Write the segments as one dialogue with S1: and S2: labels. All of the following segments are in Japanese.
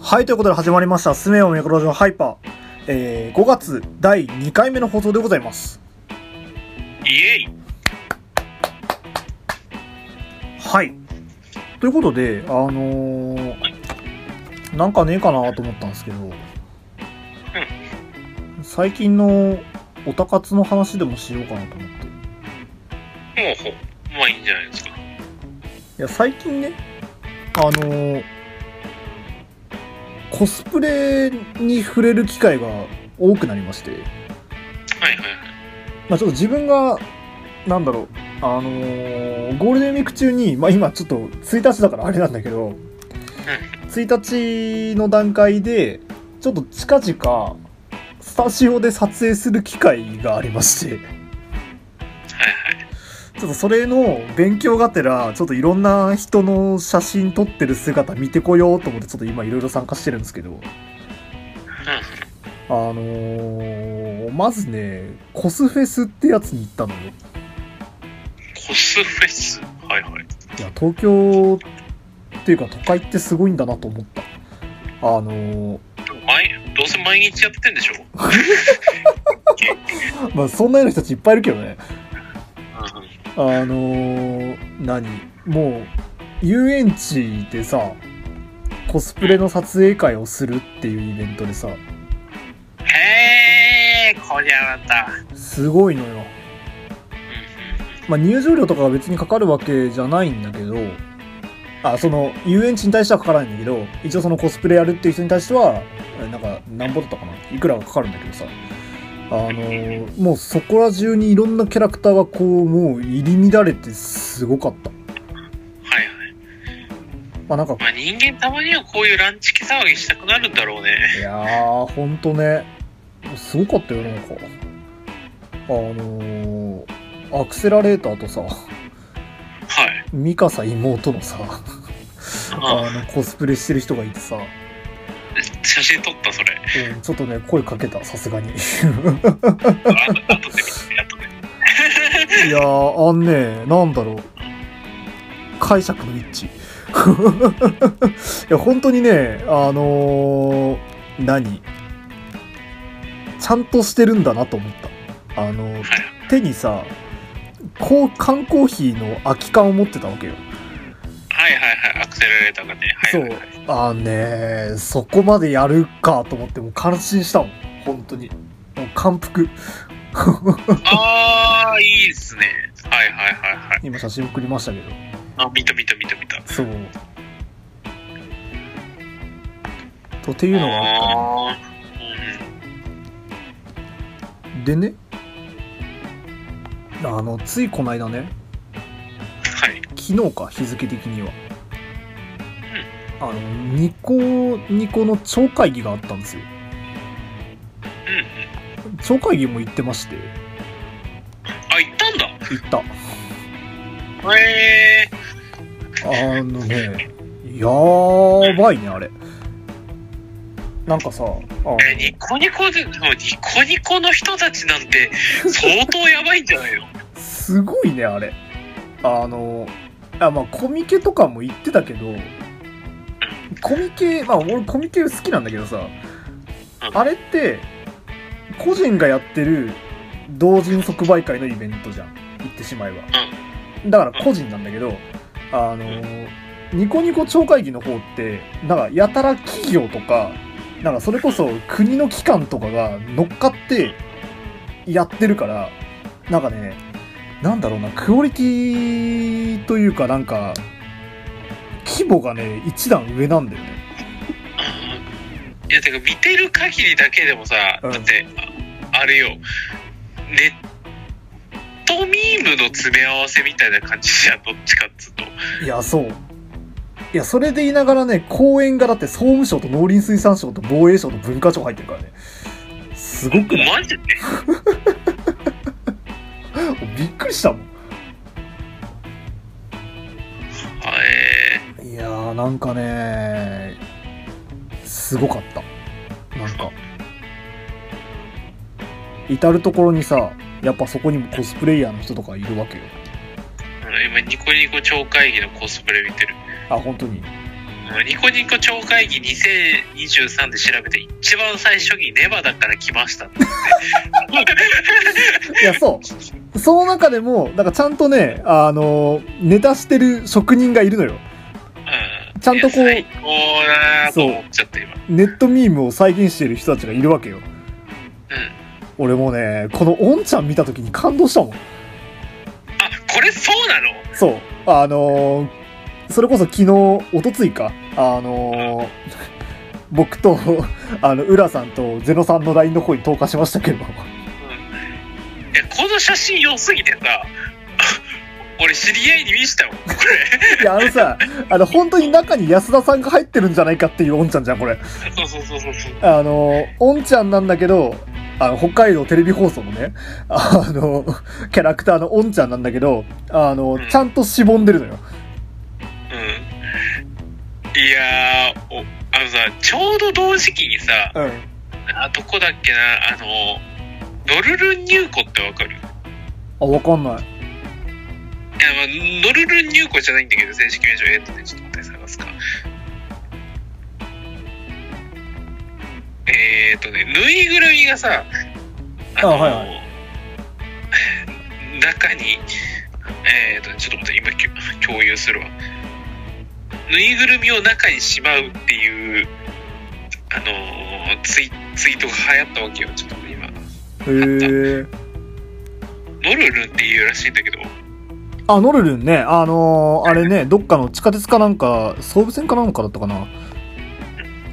S1: はい、ということで始まりました、スメオメクロジョンハイパー。えー、5月第2回目の放送でございます。
S2: イエイ
S1: はい。ということで、あのー、なんかねえかなと思ったんですけど、最近のオタ活の話でもしようかなと思って。
S2: ほうほう。まあいいんじゃないですか。
S1: いや、最近ね、あのーコスプレに触れる機会が多くなりまして、
S2: はいはいはい。
S1: まあ、ちょっと自分が、なんだろう、あのーゴールデンウィーク中に、まあ、今ちょっと1日だからあれなんだけど、1日の段階で、ちょっと近々、スタジオで撮影する機会がありまして、
S2: はいはい。
S1: ちょっとそれの勉強がてら、ちょっといろんな人の写真撮ってる姿見てこようと思って、ちょっと今いろいろ参加してるんですけど、あのーまずね、コスフェスってやつに行ったのよ。
S2: コスフェス。はいはい。
S1: いや東京っていうか都会ってすごいんだなと思ったあのー
S2: 毎どうせ毎日やってんでしょうん。
S1: まあそんなような人たちいっぱいいるけどねあのー何もう遊園地でさコスプレの撮影会をするっていうイベントでさ
S2: へー、こりゃまた。
S1: すごいのよ、まあ、入場料とかは別にかかるわけじゃないんだけどあその遊園地に対してはかからないんだけど一応そのコスプレやるっていう人に対してはえなんかなんぼだったかないくらがかかるんだけどさあのーもうそこら中にいろんなキャラクターがこうもう入り乱れてすごかった
S2: はいはい。
S1: まあなんか
S2: まあ人間たまにはこういうランチ気騒ぎしたくなるんだろうね。
S1: いやー、ほんとね、すごかったよ、なんか。あのー、アクセラレーターとさ、
S2: はい。
S1: ミカサ妹のさ、
S2: あ
S1: あの、コスプレしてる人がいてさ、う
S2: 写真撮ったそれ。
S1: んちょっとね、声かけた、さすが に。い
S2: ああと後で見て、後で。
S1: やー、あんね、なんだろう。解釈の一致。 いや、本当にね、あのー、何ちゃんとしてるんだなと思った。あのー
S2: はい
S1: 手にさこう缶コーヒーの空き缶を持ってたわけよ、
S2: はいはいはい。アクセラレーターがね。はいはい、はい。
S1: そうあーねーそこまでやるかと思ってもう感心したもん本当にもう感服
S2: あー、いいですね。はいはいはいはい。
S1: 今写真送りましたけど
S2: あ、見た見た見た見た。
S1: そうとっていうのがあっ
S2: あー
S1: た
S2: うん。
S1: ねでねあのついこの間ね
S2: はい。
S1: 昨日か日付的にはあのニコニコの超会議があったんですよ
S2: うんうん。
S1: 超会議も行ってまして
S2: あ、行ったんだ。
S1: 行った
S2: え
S1: あのね、やばいね、あれ。なんかさ、あ
S2: ー、え、ニコニコで、もうニコニコの人たちな んて、相当やばいんじゃないの
S1: すごいね、あれ。あの、あまあ、コミケとかも行ってたけど、コミケ、まあ、俺コミケ好きなんだけどさ、あれって、個人がやってる同人即売会のイベントじゃん。言ってしまえば。だから個人なんだけど、あの、ニコニコ超会議の方って、なんかやたら企業とか、なんかそれこそ国の機関とかが乗っかってやってるから、なんかね、なんだろうな、クオリティというかなんか、規模がね、一段上なんだよね。
S2: いや、てか見てる限りだけでもさ、
S1: うん
S2: だって、ああれよ、ネットミームの詰め合わせみたいな感じじゃん、どっちかっつうと。
S1: いや、そう。いや、それで言いながらね、公園がだって総務省と農林水産省と防衛省と文化庁入ってるからね。すごくない
S2: マジで
S1: びっくりしたもん。
S2: あえ
S1: いやーなんかねすごかったなんか至る所にさやっぱそこにもコスプレイヤーの人とかいるわけよ
S2: ー、今、ニコニコ超会議のコスプレ見てる。
S1: あ本当に
S2: うん。ニコニコ超会議2023で調べて一番最初にネバダから来まし たって
S1: いや、そう。その中でも、なんかちゃんとね、あの、ネタしてる職人がいるのよ。
S2: うん、
S1: ちゃんとこう
S2: いや最高だなと思っちゃった今
S1: ネットミームを再現している人たちがいるわけよ。
S2: うん
S1: 俺もね、このオンちゃん見た時に感動したもん。
S2: あこれそうなの
S1: そう。あのーそれこそ昨日、一昨日か。あのー僕と、あの、浦さんとゼノさんの LINE の方に投下しましたけど。
S2: いやこの写真良すぎてさ 俺知り合いに見せたもんこれ
S1: いや、あのさ、あの、本当に中に安田さんが入ってるんじゃないかっていうオンちゃんじゃん、これ。
S2: そうそうそうそうそう
S1: あの、おんちゃんなんだけど、あの、北海道テレビ放送のね、あの、キャラクターのおんちゃんなんだけど、あの、
S2: うん
S1: ちゃんとしぼんでるのよ。
S2: うんいやーおあのさちょうど同時期にさ
S1: うん。
S2: あどこだっけなあのノルルンニューコってわかるいや、
S1: あ、わかんない。
S2: まあ、ノルルンニューコじゃないんだけど正式名称えっとねちょっと待って探すかえー、っとねぬいぐるみがさあの
S1: あはいは
S2: 中にえー、っとねちょっと待って今きょ共有するわぬいぐるみを中にしまうっていうあのツイツイートが流行ったわけよちょっと今
S1: へえ。
S2: ノルルンっていうらしいんだけど
S1: あ、ノルルンね、あのーあれね、どっかの地下鉄かなんか、総武線かなんかだったかな。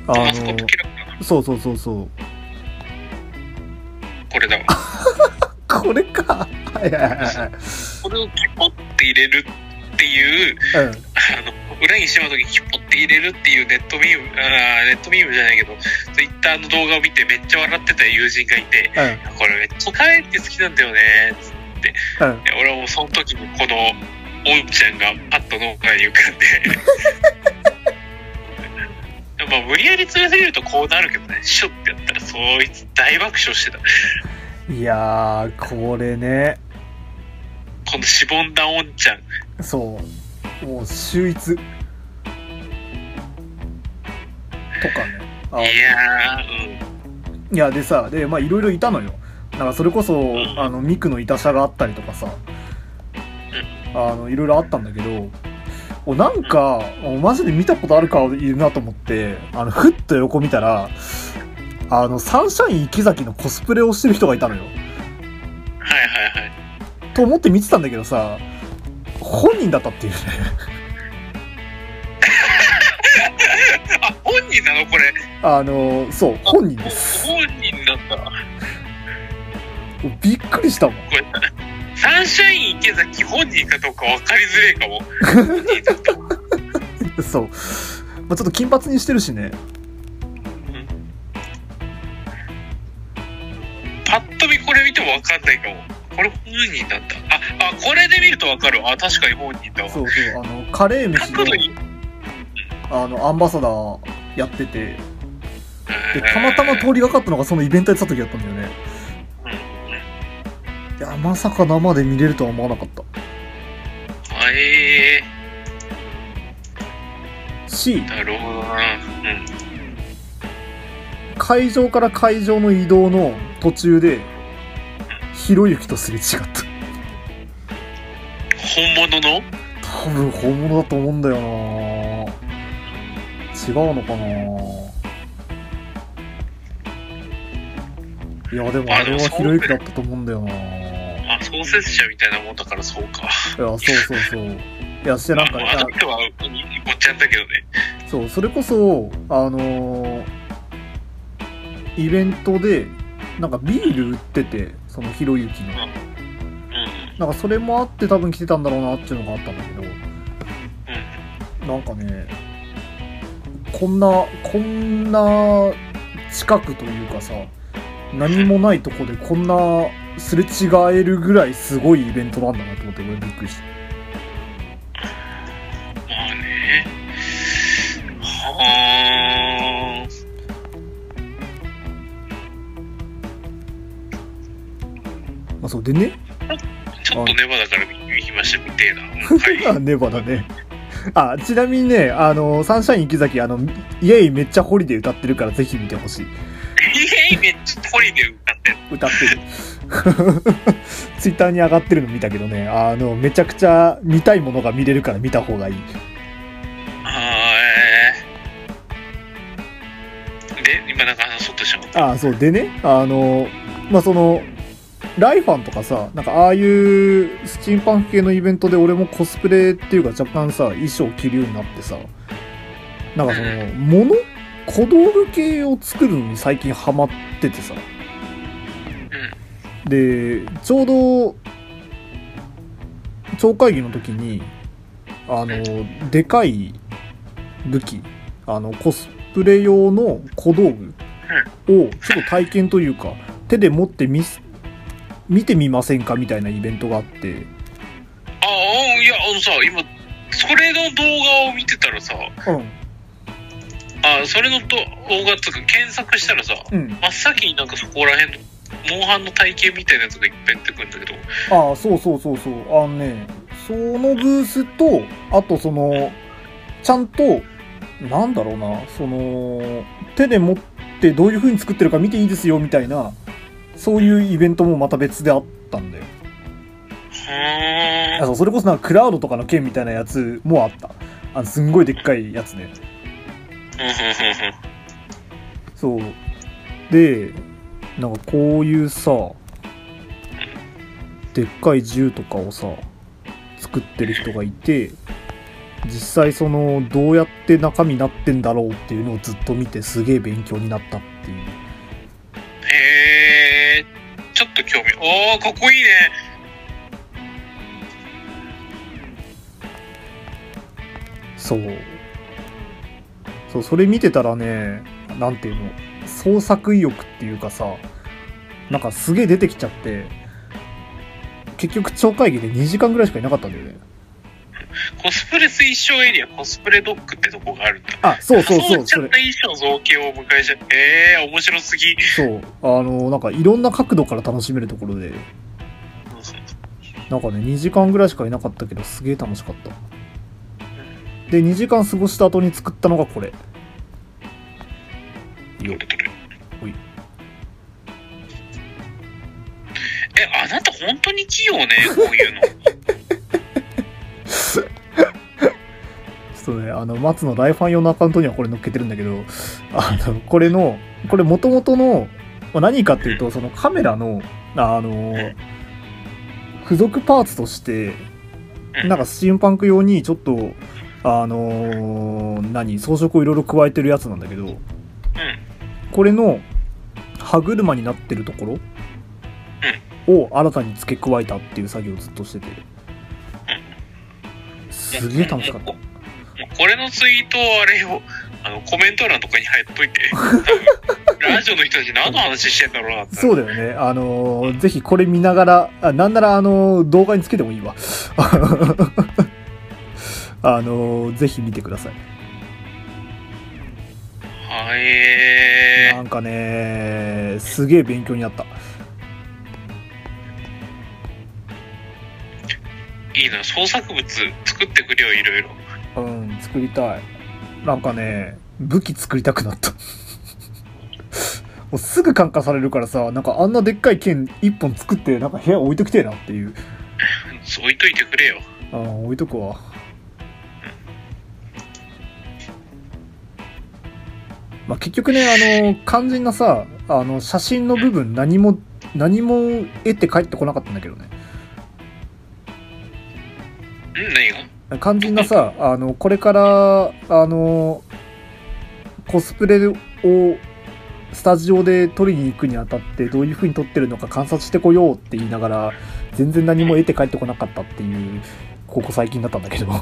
S1: あ
S2: ト
S1: の
S2: マスコップ
S1: ー
S2: キラッカ
S1: そうそうそうそう。
S2: これだわ
S1: これか。はいはいはいは
S2: これをキュポって入れるってい
S1: い。
S2: う
S1: うん。
S2: あの裏にしまう時にキュポって入れるっていうネットミームあーネットミームじゃないけどツイッターの動画を見てめっちゃ笑ってた友人がいて「これめっちゃ可愛いって好きなんだよね」つって
S1: うん。うん。
S2: いや俺はもうその時にこのおんちゃんがパッと脳内に浮かんで でもまあ無理やり連れてみるとこうなるけどねシュッてやったらそいつ大爆笑してた
S1: いやー、これね、
S2: このしぼんだおんちゃん
S1: そう。もう、秀逸。とかね。あ
S2: いやーうん
S1: いや、でさ、で、まあ、いろいろいたのよ。なんか、それこそ、
S2: ん
S1: あの、ミクのいた車があったりとかさ、あの、いろいろあったんだけど、おなんか、おマジで見たことある顔いるなと思って、あの、ふっと横見たら、あの、サンシャイン池崎のコスプレをしてる人がいたのよ。
S2: はいはいはい
S1: と思って見てたんだけどさ、本人だったっていうね。
S2: あ、本人なのこれ。
S1: あの、そう、本人です。
S2: 本人なんだ。
S1: びっくりしたもん。
S2: サンシャイン池崎本人かどうか分かりづれえか も。
S1: そう。まあ、ちょっと金髪にしてるしね。
S2: パッと見これ見ても分かんないかも。これ本人なんだ。あ、あ、これで見ると分かるわ。あ、確かに本人だわ。
S1: そうそう、あの、カレー飯の
S2: 角度、に。
S1: あの、アンバサダーやってて、で、たまたま通りがかったのがそのイベントやってた時だったんだよね。
S2: うん
S1: いや、まさか生で見れるとは思わなかった。
S2: あえ
S1: し
S2: ー、、なるほどな。うん。
S1: 会場から会場の移動の途中で、ひろゆきとすれ違った。
S2: 本物の
S1: 多分本物だと思うんだよな違うのかないやでもあれはひろゆきだったと思うんだよないや
S2: あ、創設者みたいなもんだからそうか。
S1: そうそうそういやして なんか
S2: あ、あ
S1: あ
S2: の人はごっちゃんだけどね。
S1: そうそれこそあのーイベントでなんかビール売っててそのひろゆきの
S2: うん。
S1: なんかそれもあって多分来てたんだろうなっていうのがあったんだけど
S2: うん。
S1: なんかね、こんな、こんな近くというかさ、何もないとこでこんなすれ違えるぐらいすごいイベントなんだなと思って、俺びっくりし
S2: まあね。はー
S1: た。まあそうでね、
S2: ちょっとネバだから見に行きましたみてえな。はい。
S1: ネバだね。 あ、ちなみにね、あの、サンシャイン池崎、あの、イエイめっちゃホリデー歌ってるからぜひ見てほしい。
S2: イエイめっちゃホリデー歌ってる。
S1: 歌ってる。 ツイッターに上がってるの見たけどね、あの、めちゃくちゃ見たいものが見れるから見た方がいい。
S2: あーえーで、今なんか話そうとしたの。
S1: ああ、そう、でね、あの、まあ、その、ライファンとかさ、なんかああいうスチンパンク系のイベントで俺もコスプレっていうか若干さ、衣装着るようになってさ、なんかその、物小道具系を作るのに最近ハマっててさ。で、ちょうど、超会議の時に、あの、でかい武器、あの、コスプレ用の小道具をちょっと体験というか、手で持ってみす見てみませんかみたいなイベントがあって、
S2: ああ、いや、あのさ、今、それの動画を見てたらさ、
S1: う
S2: あそれのと動画とか検索したらさ、
S1: ん、うん。
S2: 真っ先になんかそこら辺の、モンハンの体験みたいなやつがいっぺんってくるんだけど、
S1: ああ、そうそうそうそう。あのね、そのブースと、あとその、ちゃんと、なんだろうな、その、手で持ってどういう風に作ってるか見ていいですよみたいな、そういうイベントもまた別であったんだよ。
S2: は
S1: あそうそれこそなんかクラウドとかの剣みたいなやつもあった。あの、すんごいでっかいやつね。
S2: ーん。
S1: そう。で、なんかこういうさ、でっかい銃とかをさ、作ってる人がいて、実際その、どうやって中身なってんだろうっていうのをずっと見てすげえ勉強になったっていう。
S2: へえ、ちょっと興味。おー、かっこいいね。
S1: そう。そう、それ見てたらね、なんていうの、創作意欲っていうかさ、なんかすげえ出てきちゃって、結局超会議で2時間ぐらいしかいなかったんだよね。
S2: コスプレ推奨エリア、コスプレドックってとこがあるんだ。
S1: あ、そうそうそ
S2: 遊ん
S1: う、
S2: じ
S1: そ
S2: ゃ
S1: れ
S2: っ。た衣装造形を迎えちゃって、えー、面白すぎ。
S1: そう。あの、なんかいろんな角度から楽しめるところで、なんかね、2時間ぐらいしかいなかったけど、すげえ楽しかった。で、2時間過ごした後に作ったのがこれ。
S2: どれどれ
S1: ほい
S2: え、あなた本当に器用ね、こういうの。
S1: ちょっとね、あの、松のライファン用のアカウントにはこれ乗っけてるんだけど、あの、これの、これ元々の、まあ何かっていうと、そのカメラの、あの、付属パーツとして、なんかスチームパンク用にちょっと、あの何、装飾をいろいろ加えてるやつなんだけど、これの歯車になってるところを新たに付け加えたっていう作業をずっとしてて、すげえ楽しかった。
S2: もうこれのツイートをあれを、あの、コメント欄とかに貼っと いて、多分ラジオの人たち何の話してんだろうなって。
S1: そうだよね。あのーぜひこれ見ながら、あなんならあのー動画につけてもいいわ。 あのーぜひ見てください。
S2: はい、えー
S1: なんかね、すげえ勉強になった。
S2: いいな、創作物作ってくれよ、いろいろ。
S1: うん、作りたい。なんかね、武器作りたくなった。も うすぐ感化されるからさ、なんかあんなでっかい剣一本作って、なんか部屋置いときてえなっていう。
S2: 置いといてくれよ。
S1: あー置いとくわ。まあ、結局ね、あの、肝心なさ、あの、写真の部分何も、何も得て帰ってこなかったんだけどね。
S2: ん何が
S1: 肝心なさ、あの、これから、あの、コスプレをスタジオで撮りに行くにあたってどういう風に撮ってるのか観察してこようって言いながら、全然何も得て帰ってこなかったっていう、ここ最近だったんだけ ど。
S2: ま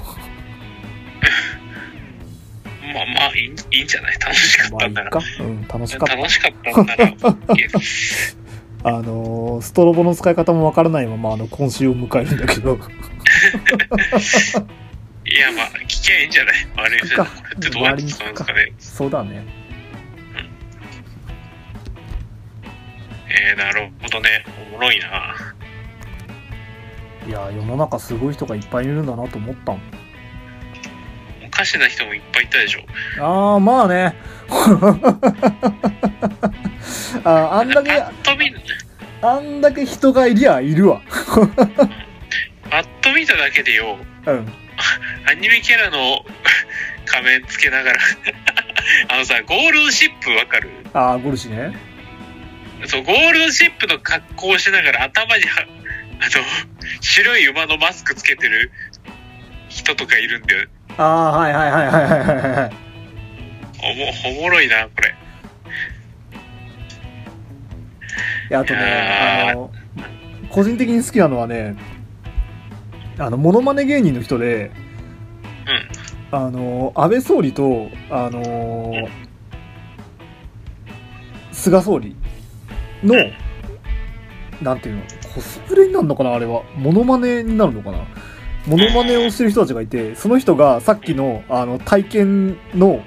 S2: あまあいいん、いいんじゃない楽しかっ
S1: まあ
S2: た
S1: いい
S2: んなら。
S1: か。うん、楽しかった。
S2: 楽しかったんなら。いや
S1: あのーストロボの使い方もわからないまま、あの、今週を迎えるんだけど。
S2: いや、まあ、聞きゃいいんじゃない悪い人だ
S1: か
S2: これってどうやって使うんですかね。
S1: そうだね。
S2: えー、なるほどね。おもろいな。
S1: いやー、世の中すごい人がいっぱいいるんだなと思ったもん
S2: かしな人もいっぱいいたでしょ
S1: ああ、まあね。 ああんだけ
S2: パ、ッと見
S1: あんだけ人がいりゃいるわ。
S2: パッと見ただけでよ
S1: うん。
S2: アニメキャラの 仮面つけながら あのさゴールドシップわかる
S1: ああ、ゴルシね。
S2: そうゴールドシップの格好をしながら頭にはあの白い馬のマスクつけてる人とかいるんだよ
S1: ああ、はいはいはいはいはいはいはい。
S2: おもおもろいなこれ
S1: いや、あと
S2: い
S1: ね、
S2: やー
S1: あの、個人的に好きなのはね、あの、モノマネ芸人の人で、あの、安倍総理と、あの
S2: うん、
S1: 菅総理の
S2: うん、
S1: なんていうの、コスプレになるのかなあれは。モノマネになるのかなモノマネをしてる人たちがいて、その人がさっきの、あの、体験の、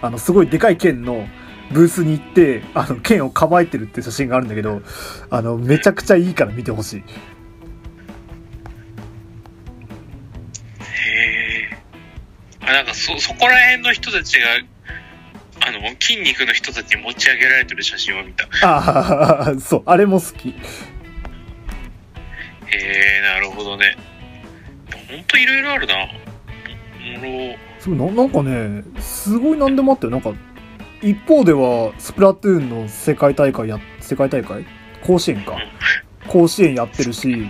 S1: あの、すごいでかい剣の、ブースに行って、あの、剣を構えてるっていう写真があるんだけど、あの、めちゃくちゃいいから見てほしい。
S2: へえあなんかそそこら辺の人たちがあの筋肉の人たちに持ち上げられてる写真を見た
S1: ああ、そう、あれも好き。
S2: へえなるほどねほんといろいろあるなおもろ
S1: そうななんかねすごい何でもあったよなんか一方ではスプラトゥーンの世界大会や世界大会甲子園か甲子園やってるし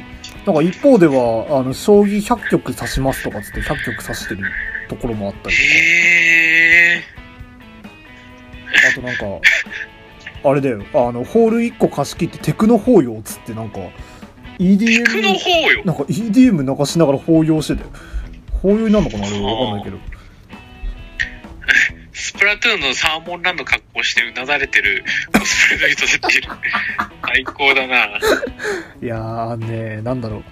S1: なんか一方ではあの将棋100局指しますとかっつって100局指してるところもあったり
S2: へえ
S1: とかあとなんかあれだよあのホール1個貸し切ってテクノ法要っつってなんか
S2: 行くの
S1: EDM
S2: 方よ
S1: なんか EDM 流しながら法要してたよ法要になるのかなあれわかんないけど
S2: スプラトゥーンのサーモンランド格好してうなだれてるコスプレの人たちいる最高だない
S1: やーね、なんだろう。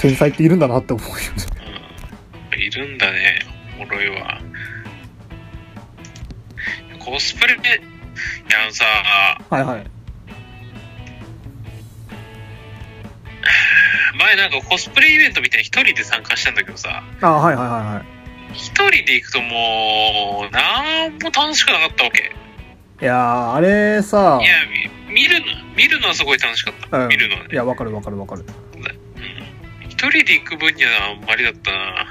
S1: 天才っているんだなって思うよね。
S2: うんいるんだねおもろいわコスプレいやあのさ
S1: はいはい。
S2: 前なんかコスプレイベントみたいに一人で参加したんだけどさ
S1: あはいはいはいはい。
S2: 一人で行くともうなんも楽しくなかったわけ
S1: いやー、あれさ
S2: い、やみ見るの見るのはすごい楽しかった、
S1: うん
S2: 見るのはね
S1: いや、わかるわかるわかる。
S2: うん一人で行く分にはあんまりだったない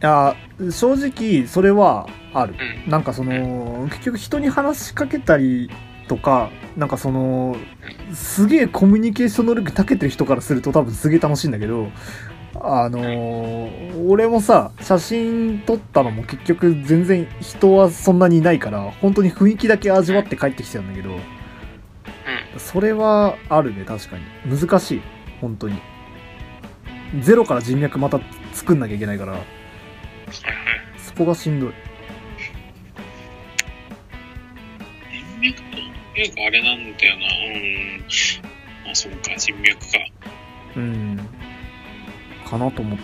S1: やー、正直、それはある。
S2: う
S1: なんかその、結局人に話しかけたりとか、なんかその、すげえコミュニケーション能力長けてる人からすると多分すげえ楽しいんだけど、あのー俺もさ、写真撮ったのも結局全然人はそんなにいないから、本当に雰囲気だけ味わって帰ってきてたんだけど、それはあるね、確かに。難しい。本当に。ゼロから人脈また作んなきゃいけないから、
S2: はいはい
S1: そこがしんどい。
S2: 人脈か人脈あれなんだよなうんまあそうか人脈か
S1: うん。かなと思っ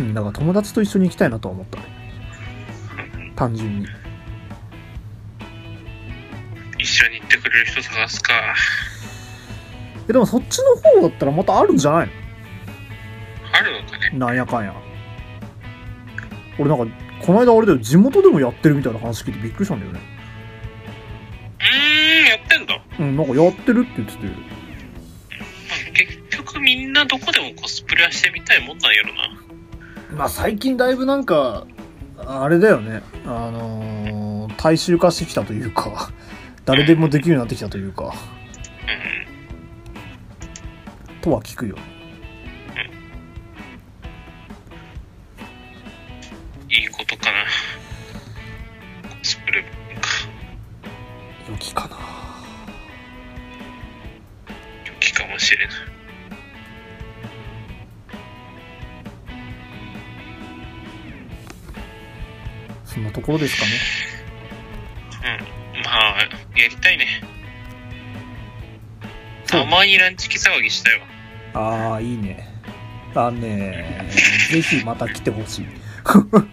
S1: うんだから友達と一緒に行きたいなとは思ったね単純に
S2: 一緒に行ってくれる人探すか
S1: えでもそっちの方だったらまたあるんじゃない
S2: あるのかね
S1: のなんやかんや俺なんかこの間あれだよ地元でもやってるみたいな話聞いてびっくりしたんだよね
S2: うーんやってんだ
S1: うんなんかやってるって言ってて
S2: まあ結局みんなどこでもコスプレはしてみたいもんなんやろな
S1: まあ最近だいぶなんかあれだよねあのー大衆化してきたというか誰でもできるようになってきたというか
S2: うん
S1: とは聞くよ
S2: いいことかなコスプレか
S1: 良きかな
S2: 良きかもしれない
S1: そんなところですかね
S2: うんまあやりたいねたまにランチキ騒ぎしたいわ
S1: ああいいねあのねぜひまた来てほしい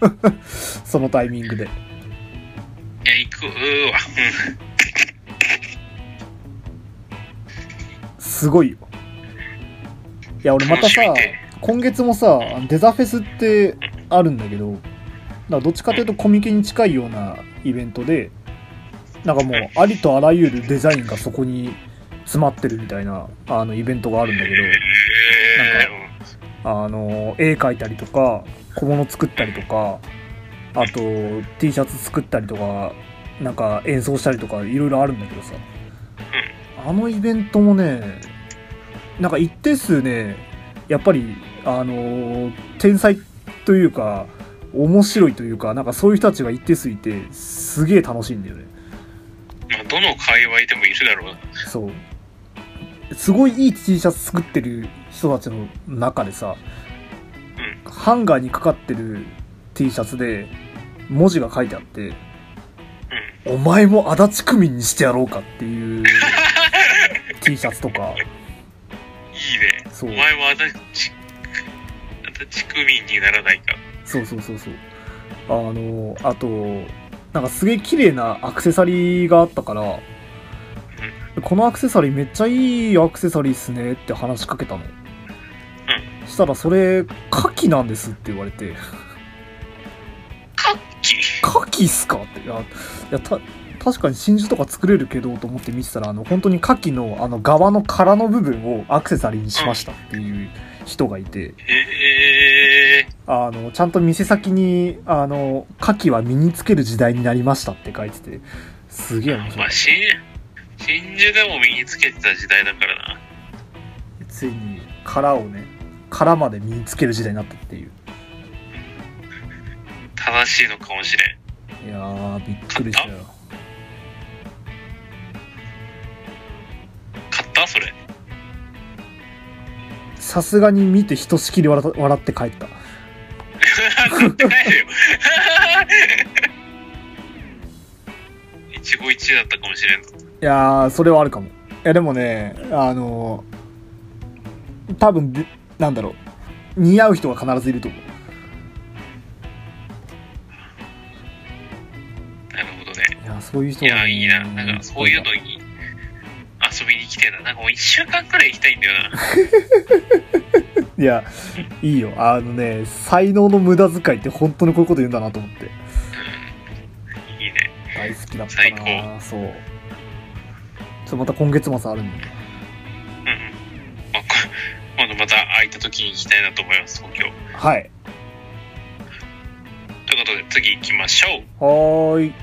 S1: そのタイミングで
S2: いや行くうーわうん
S1: すすごいよいや俺またさ
S2: 楽しみね
S1: 今月もさデザフェスってあるんだけどだからどっちかというとコミケに近いようなイベントでなんかもうありとあらゆるデザインがそこに詰まってるみたいなあのイベントがあるんだけど
S2: え
S1: あの絵描いたりとか小物作ったりとかあと T シャツ作ったりとかなんか演奏したりとかいろいろあるんだけどさあのイベントもねなんか一定数ねやっぱりあの天才というか面白いというかなんかそういう人たちが一定数いてすげえ楽しいんだよね
S2: まあ、どの界隈でもいるだろうな
S1: そうすごいいい T シャツ作ってる人たちの中でさ、ハンガーにかかってる T シャツで文字が書いてあって「お前も足立区民にしてやろうか」っていう T シャツとか
S2: いいね
S1: そ
S2: お
S1: う
S2: 前は足立区足立区民にならないか
S1: そうそうそうそうあのあとなんかすげえ綺麗なアクセサリーがあったから「このアクセサリーめっちゃいいアクセサリーっすね」って話しかけたのしたら「それカキなんです」って言われて
S2: カッキー
S1: 「カキっすか?」っていやいやた確かに真珠とか作れるけどと思って見てたらあの本当にカキのあの側の殻の部分をアクセサリーにしましたっていう人がいて、
S2: え
S1: あの、ちゃんと店先に、あの、牡蠣は身につける時代になりましたって書いてて、すげえ面
S2: ー、ま
S1: 白い
S2: あ。真真珠でも身につけてた時代だからな
S1: ついに、殻をね、殻まで身につける時代になったっていう。
S2: 正しいのかもしれん
S1: いやー、びっくりしたよ。
S2: 買ったそれ
S1: さすがに見てひとしきり笑った笑って帰った。
S2: 買って帰るよ一期一会だったかもしれんぞ
S1: いやー、それはあるかも。いや、でもね、あのー、多分で、なんだろう、似合う人が必ずいると思う。
S2: なるほどね
S1: いやー、そういう人
S2: い
S1: が
S2: や
S1: ね
S2: いいななんかそういうのに遊びに来てえななんかもう一週間くらい行きたいんだよない
S1: や、いいよ。あのね、才能の無駄遣いって本当にこういうこと言うんだなと思って。
S2: いいね
S1: 大好きだったな
S2: 最高
S1: そう。ちょっとまた今月末あるんで。
S2: うんうんまあこ 今度また空いた時に行きたいなと思います東京
S1: はい。
S2: ということで次行きましょう
S1: はーい。